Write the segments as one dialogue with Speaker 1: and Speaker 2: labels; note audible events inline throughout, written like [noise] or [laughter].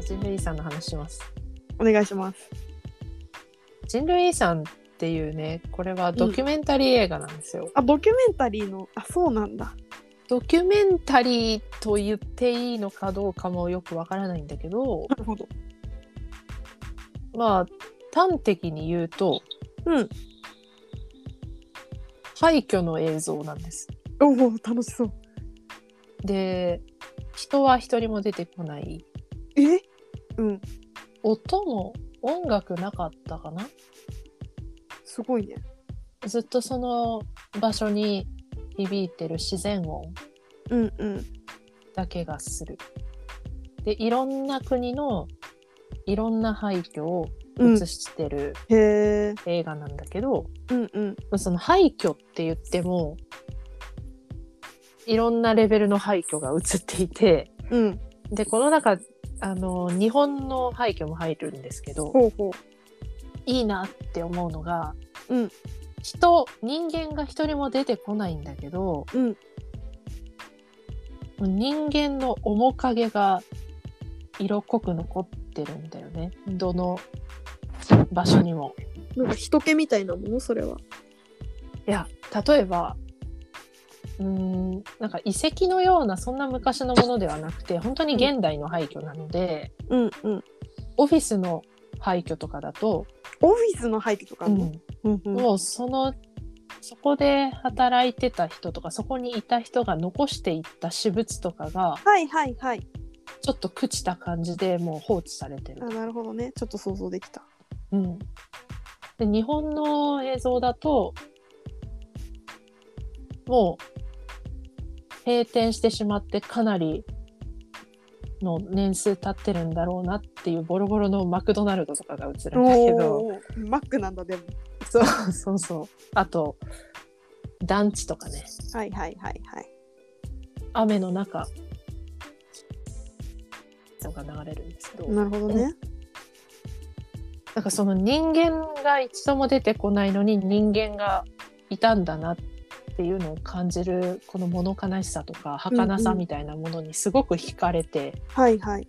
Speaker 1: 人類遺産の話します。
Speaker 2: お願いします。
Speaker 1: 人類遺産っていうね、これはドキュメンタリー映画なんですよ。
Speaker 2: あ、ドキュメンタリーの、あ、そうなんだ。
Speaker 1: ドキュメンタリーと言っていいのかどうかもよくわからないんだけど、
Speaker 2: なるほど。
Speaker 1: まあ、端的に言うと、
Speaker 2: うん。
Speaker 1: 廃墟の映像なんです。
Speaker 2: おお、楽しそう。
Speaker 1: で、人は一人も出てこない。
Speaker 2: えうん、
Speaker 1: 音も音楽なかったかな
Speaker 2: すごいね。
Speaker 1: ずっとその場所に響いてる自然音
Speaker 2: うんうん。
Speaker 1: だけがする。で、いろんな国のいろんな廃墟を
Speaker 2: うん
Speaker 1: 映、してる
Speaker 2: へえ。
Speaker 1: 映画なんだけど、
Speaker 2: うんうん。
Speaker 1: その廃墟って言っても、いろんなレベルの廃墟が映っていて、
Speaker 2: うん。
Speaker 1: で、この中、あの、日本の廃墟も入るんですけど、
Speaker 2: ほうほ
Speaker 1: いいなって思うのが、
Speaker 2: うん
Speaker 1: 人、人間が一人も出てこないんだけど、
Speaker 2: うん
Speaker 1: 人間の面影が色濃く残ってるんだよね。どの場所にも。
Speaker 2: う。なんか人気みたいなものそれは。
Speaker 1: いや、例えば、うーん、なんか遺跡のような、そんな昔のものではなくて、本当に現代の廃墟なので、
Speaker 2: うんうん。
Speaker 1: オフィスの廃墟とかだと、
Speaker 2: オフィスの廃墟とかあんの、うんうん
Speaker 1: もうそのそこで働いてた人とかそこにいた人が残していった私物とかが
Speaker 2: はいはいはい。
Speaker 1: ちょっと朽ちた感じでもう放置されてる
Speaker 2: あ、。なるほどね。ちょっと想像できた。
Speaker 1: うん、で日本の映像だともう閉店してしまってかなりの年数経ってるんだろうなっていうボロボロのマクドナルドとかが映るんだけど
Speaker 2: おー。マックなんだ、でも。
Speaker 1: そう [laughs] そうそうあと団地とかね
Speaker 2: はいはいはいはい。
Speaker 1: 雨の中とか流れるんですけど、
Speaker 2: なるほどね。
Speaker 1: なんかその人間が一度も出てこないのに人間がいたんだなっていうのを感じるこの物悲しさとか儚さみたいなものにすごく惹かれて、
Speaker 2: はいはい。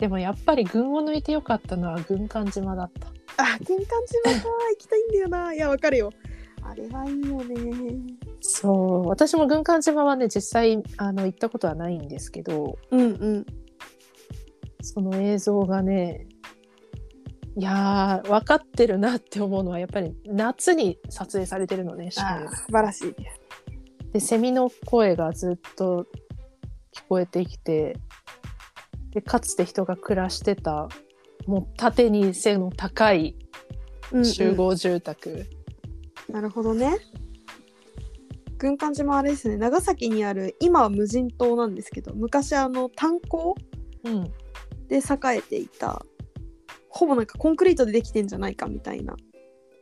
Speaker 1: でもやっぱり群を抜いてよかったのは軍艦島だった。
Speaker 2: あ、軍艦島か。行きたいんだよな。いや、わかるよ。あれはいいよね。
Speaker 1: そう私も軍艦島はね実際あの行ったことはないんですけど
Speaker 2: うんうん。
Speaker 1: その映像がねいやー分かってるなって思うのはやっぱり夏に撮影されてるのねしか
Speaker 2: あ
Speaker 1: も
Speaker 2: ー素晴らしいです。
Speaker 1: でセミの声がずっと聞こえてきてでかつて人が暮らしてたもう縦に背の高い
Speaker 2: うんうん
Speaker 1: 集合住宅、
Speaker 2: なるほどね。軍艦島あれですね長崎にある今は無人島なんですけど昔あの炭鉱
Speaker 1: うん
Speaker 2: で栄えていたほぼなんかコンクリートでできてんじゃないかみたいな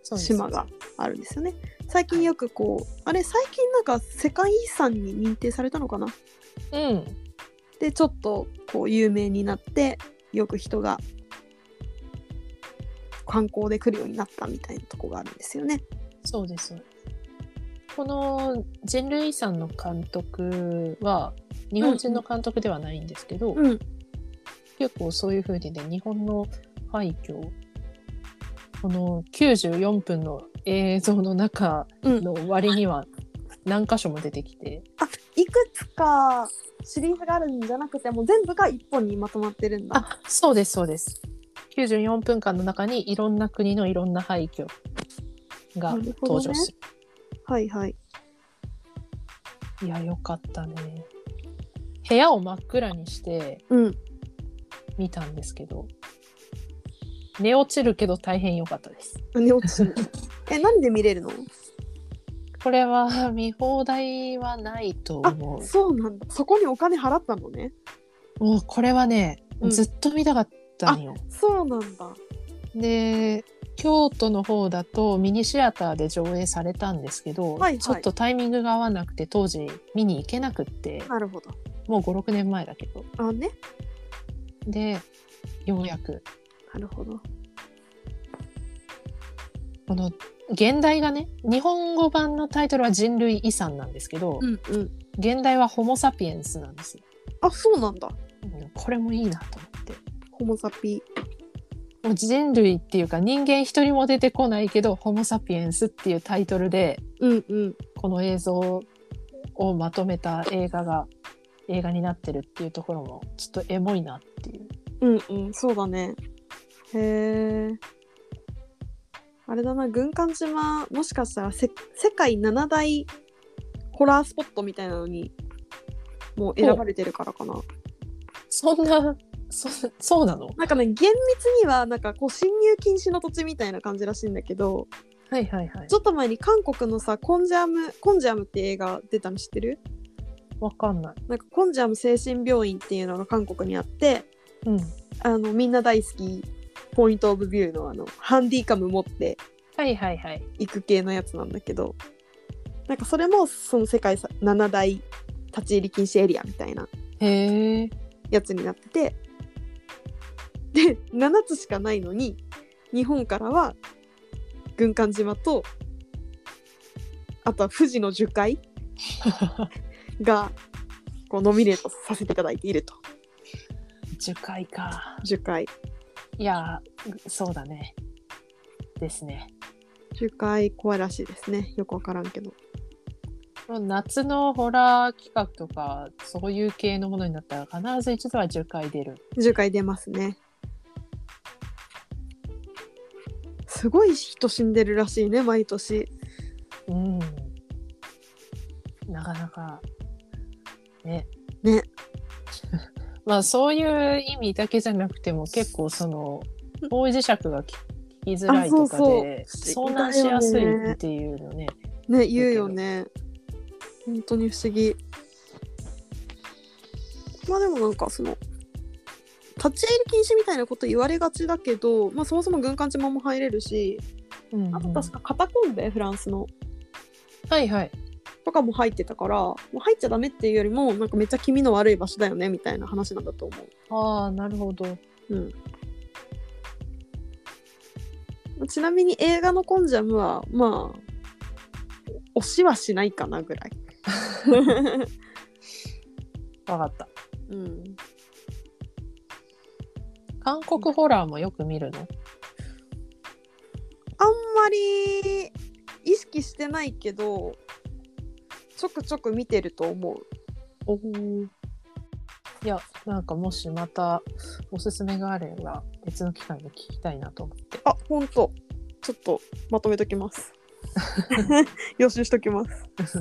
Speaker 1: そうです
Speaker 2: 島があるんですよね最近よくこうあれ最近なんか世界遺産に認定されたのかな
Speaker 1: うん
Speaker 2: でちょっとこう有名になってよく人が観光で来るようになったみたいなとこがあるんですよね。
Speaker 1: そうですそうですこの人類遺産の監督は日本人の監督ではないんですけど、
Speaker 2: うん、
Speaker 1: 結構そういう風にね日本の廃墟この94分の映像の中の割には何箇所も出てきて、
Speaker 2: あいくつかシリーズがあるんじゃなくてもう全部が一本にまとまってるんだ。
Speaker 1: あそうですそうです94分間の中にいろんな国のいろんな廃墟が
Speaker 2: なるほどね
Speaker 1: 登場する
Speaker 2: はいはい。
Speaker 1: いやよかったね部屋を真っ暗にして
Speaker 2: うん。
Speaker 1: 見たんですけど寝落ちるけど大変良かったです
Speaker 2: 寝落ちる。 [laughs] え何で見れるの？
Speaker 1: これは [laughs] 見放題はないと思う
Speaker 2: そうなんだ。そこにお金払ったのね。
Speaker 1: もうこれはね、
Speaker 2: うん
Speaker 1: ずっと見たかったんよ。
Speaker 2: そうなんだ。
Speaker 1: で京都の方だとミニシアターで上映されたんですけど、
Speaker 2: はいはい
Speaker 1: ちょっとタイミングが合わなくて当時見に行けなくって
Speaker 2: なるほど。
Speaker 1: もう56年前だけど
Speaker 2: あね。
Speaker 1: でようやく
Speaker 2: なるほど。
Speaker 1: この現代がね日本語版のタイトルは「人類遺産」なんですけど、
Speaker 2: うんうん。
Speaker 1: 現代は「ホモ・サピエンス」なんですよ。
Speaker 2: あそうなんだ。
Speaker 1: うんこれもいいなと思って
Speaker 2: ホモ・サピ
Speaker 1: もう人類っていうか人間一人も出てこないけど「ホモ・サピエンス」っていうタイトルで
Speaker 2: うんうん
Speaker 1: この映像をまとめた映画が映画になってるっていうところもちょっとエモいなっていう
Speaker 2: うんうんそうだねへえあれだな軍艦島もしかしたらせ世界七大ホラースポットみたいなのにもう選ばれてるからかな
Speaker 1: そんなそそうなの
Speaker 2: なんかね厳密にはなんかこう侵入禁止の土地みたいな感じらしいんだけど
Speaker 1: はいはいはい
Speaker 2: ちょっと前に韓国のさコンジャムコンジャムって映画出たの知ってる
Speaker 1: わかんない
Speaker 2: なんかコンジャム精神病院っていうのが韓国にあって
Speaker 1: うん
Speaker 2: あのみんな大好きポイント・オブ・ビューのあのハンディカム持って
Speaker 1: はいはいはい
Speaker 2: いく系のやつなんだけどなんかそれもその世界さ7大立ち入り禁止エリアみたいな
Speaker 1: へえ [laughs]
Speaker 2: やつになっててで7つしかないのに日本からは軍艦島とあとは富士の樹海がこうノミネートさせていただいていると
Speaker 1: 樹海か
Speaker 2: 樹海
Speaker 1: いやーそうだねですね
Speaker 2: 樹海怖いらしいですねよくわからんけど
Speaker 1: 夏のホラー企画とかそういう系のものになったら必ず一度は樹海出る
Speaker 2: 樹海出ますねすごい人死んでるらしいね毎年
Speaker 1: うんなかなかね
Speaker 2: ね
Speaker 1: [laughs] まあそういう意味だけじゃなくても結構その方位磁石がき聞きづらいとかで
Speaker 2: あそうそう
Speaker 1: 遭難しやすいっていうのね
Speaker 2: ね言うよね本当に不思議まあでもなんかその立ち入り禁止みたいなこと言われがちだけど、まあ、そもそも軍艦島も入れるし
Speaker 1: うんうん
Speaker 2: あと確かカタコンベフランスの
Speaker 1: はいはい
Speaker 2: とかも入ってたからもう入っちゃダメっていうよりもなんかめっちゃ気味の悪い場所だよねみたいな話なんだと思
Speaker 1: ああなるほど
Speaker 2: う、うん、ちなみに映画のコンジャムはまあ押しはしないかなぐらい
Speaker 1: [laughs] わかった
Speaker 2: うん、
Speaker 1: 韓国ホラーもよく見るの
Speaker 2: あんまり意識してないけどちょくちょく見てると思う
Speaker 1: おいやなんかもしまたおすすめがあれば別の機会で聞きたいなと思って
Speaker 2: あほんとちょっとまとめときます
Speaker 1: [laughs]
Speaker 2: 予習しときます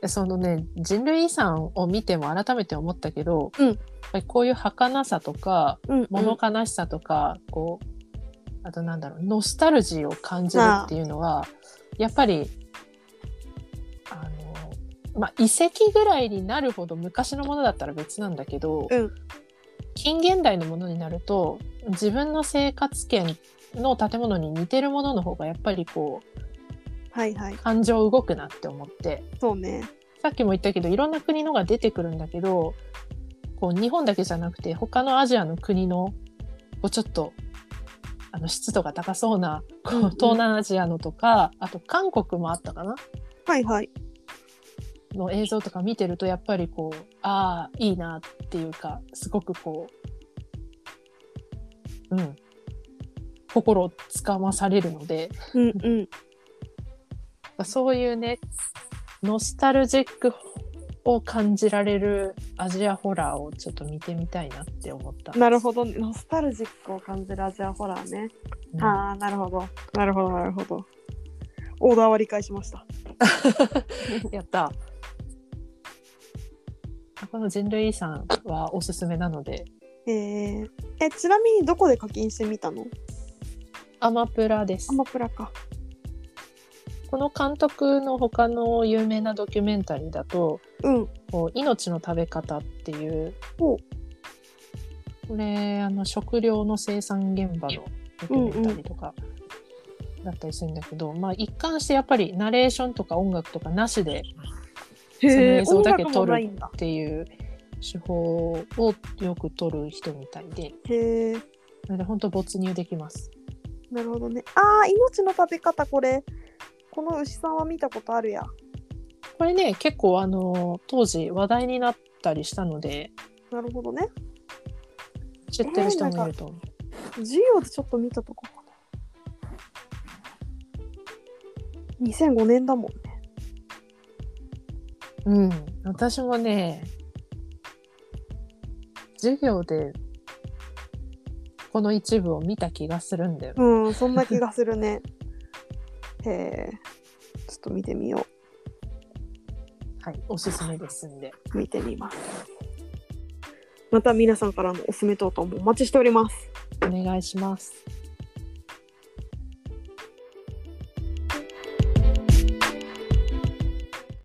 Speaker 1: でそのね人類遺産を見ても改めて思ったけど、
Speaker 2: うん
Speaker 1: やっぱりこういう儚さとか
Speaker 2: うん
Speaker 1: 物悲しさとか、こうあとなんだろうノスタルジーを感じるっていうのはやっぱりあの、まあ、遺跡ぐらいになるほど昔のものだったら別なんだけど、
Speaker 2: うん
Speaker 1: 近現代のものになると自分の生活圏の建物に似てるものの方がやっぱりこう
Speaker 2: はいはい
Speaker 1: 感情動くなって思って。
Speaker 2: そうね
Speaker 1: さっきも言ったけどいろんな国のが出てくるんだけどこう日本だけじゃなくて他のアジアの国のこうちょっとあの湿度が高そうなこう
Speaker 2: うんうん
Speaker 1: 東南アジアのとか、あと韓国もあったかな
Speaker 2: はいはい
Speaker 1: の映像とか見てるとやっぱりこうああいいなっていうかすごくこううん心をつかまされるので
Speaker 2: うんうん
Speaker 1: そういうねノスタルジックを感じられるアジアホラーをちょっと見てみたいなって思った。
Speaker 2: なるほどねノスタルジックを感じるアジアホラーね、
Speaker 1: うん
Speaker 2: ああなるほどなるほどなるほどオーダーは理解しました
Speaker 1: やった。この人類遺産はおすすめなので、
Speaker 2: えー、えちなみにどこで課金してみたの
Speaker 1: アマプラです
Speaker 2: ア。マプラか
Speaker 1: この監督の他の有名なドキュメンタリーだと、
Speaker 2: うん
Speaker 1: こう命の食べ方っていう、
Speaker 2: ほう
Speaker 1: これ、あの、食料の生産現場のドキュメンタリーとかだったりするんだけど、まあ一貫してやっぱりナレーションとか音楽とかなしで
Speaker 2: へえ
Speaker 1: その映像
Speaker 2: 音
Speaker 1: だけ
Speaker 2: 楽
Speaker 1: 撮る
Speaker 2: もないんだ
Speaker 1: っていう手法をよく取る人みたいで、
Speaker 2: へえ
Speaker 1: なので本当没入できます。
Speaker 2: なるほどね。ああ、命の食べ方これ。この牛さんは見たことあるや。
Speaker 1: これね、結構あの、当時話題になったりしたので、
Speaker 2: なるほどね
Speaker 1: 知ってる人もいると思う。
Speaker 2: 授業でちょっと見たとこかな2005年だもんね
Speaker 1: うん、私もね授業でこの一部を見た気がするんだよね、
Speaker 2: うんそんな気がするね [laughs] へえちょっと見てみよ
Speaker 1: はい、おすすめですんで
Speaker 2: う見てみますまた皆さんからのおすすめ等々もお待ちしております
Speaker 1: お願いします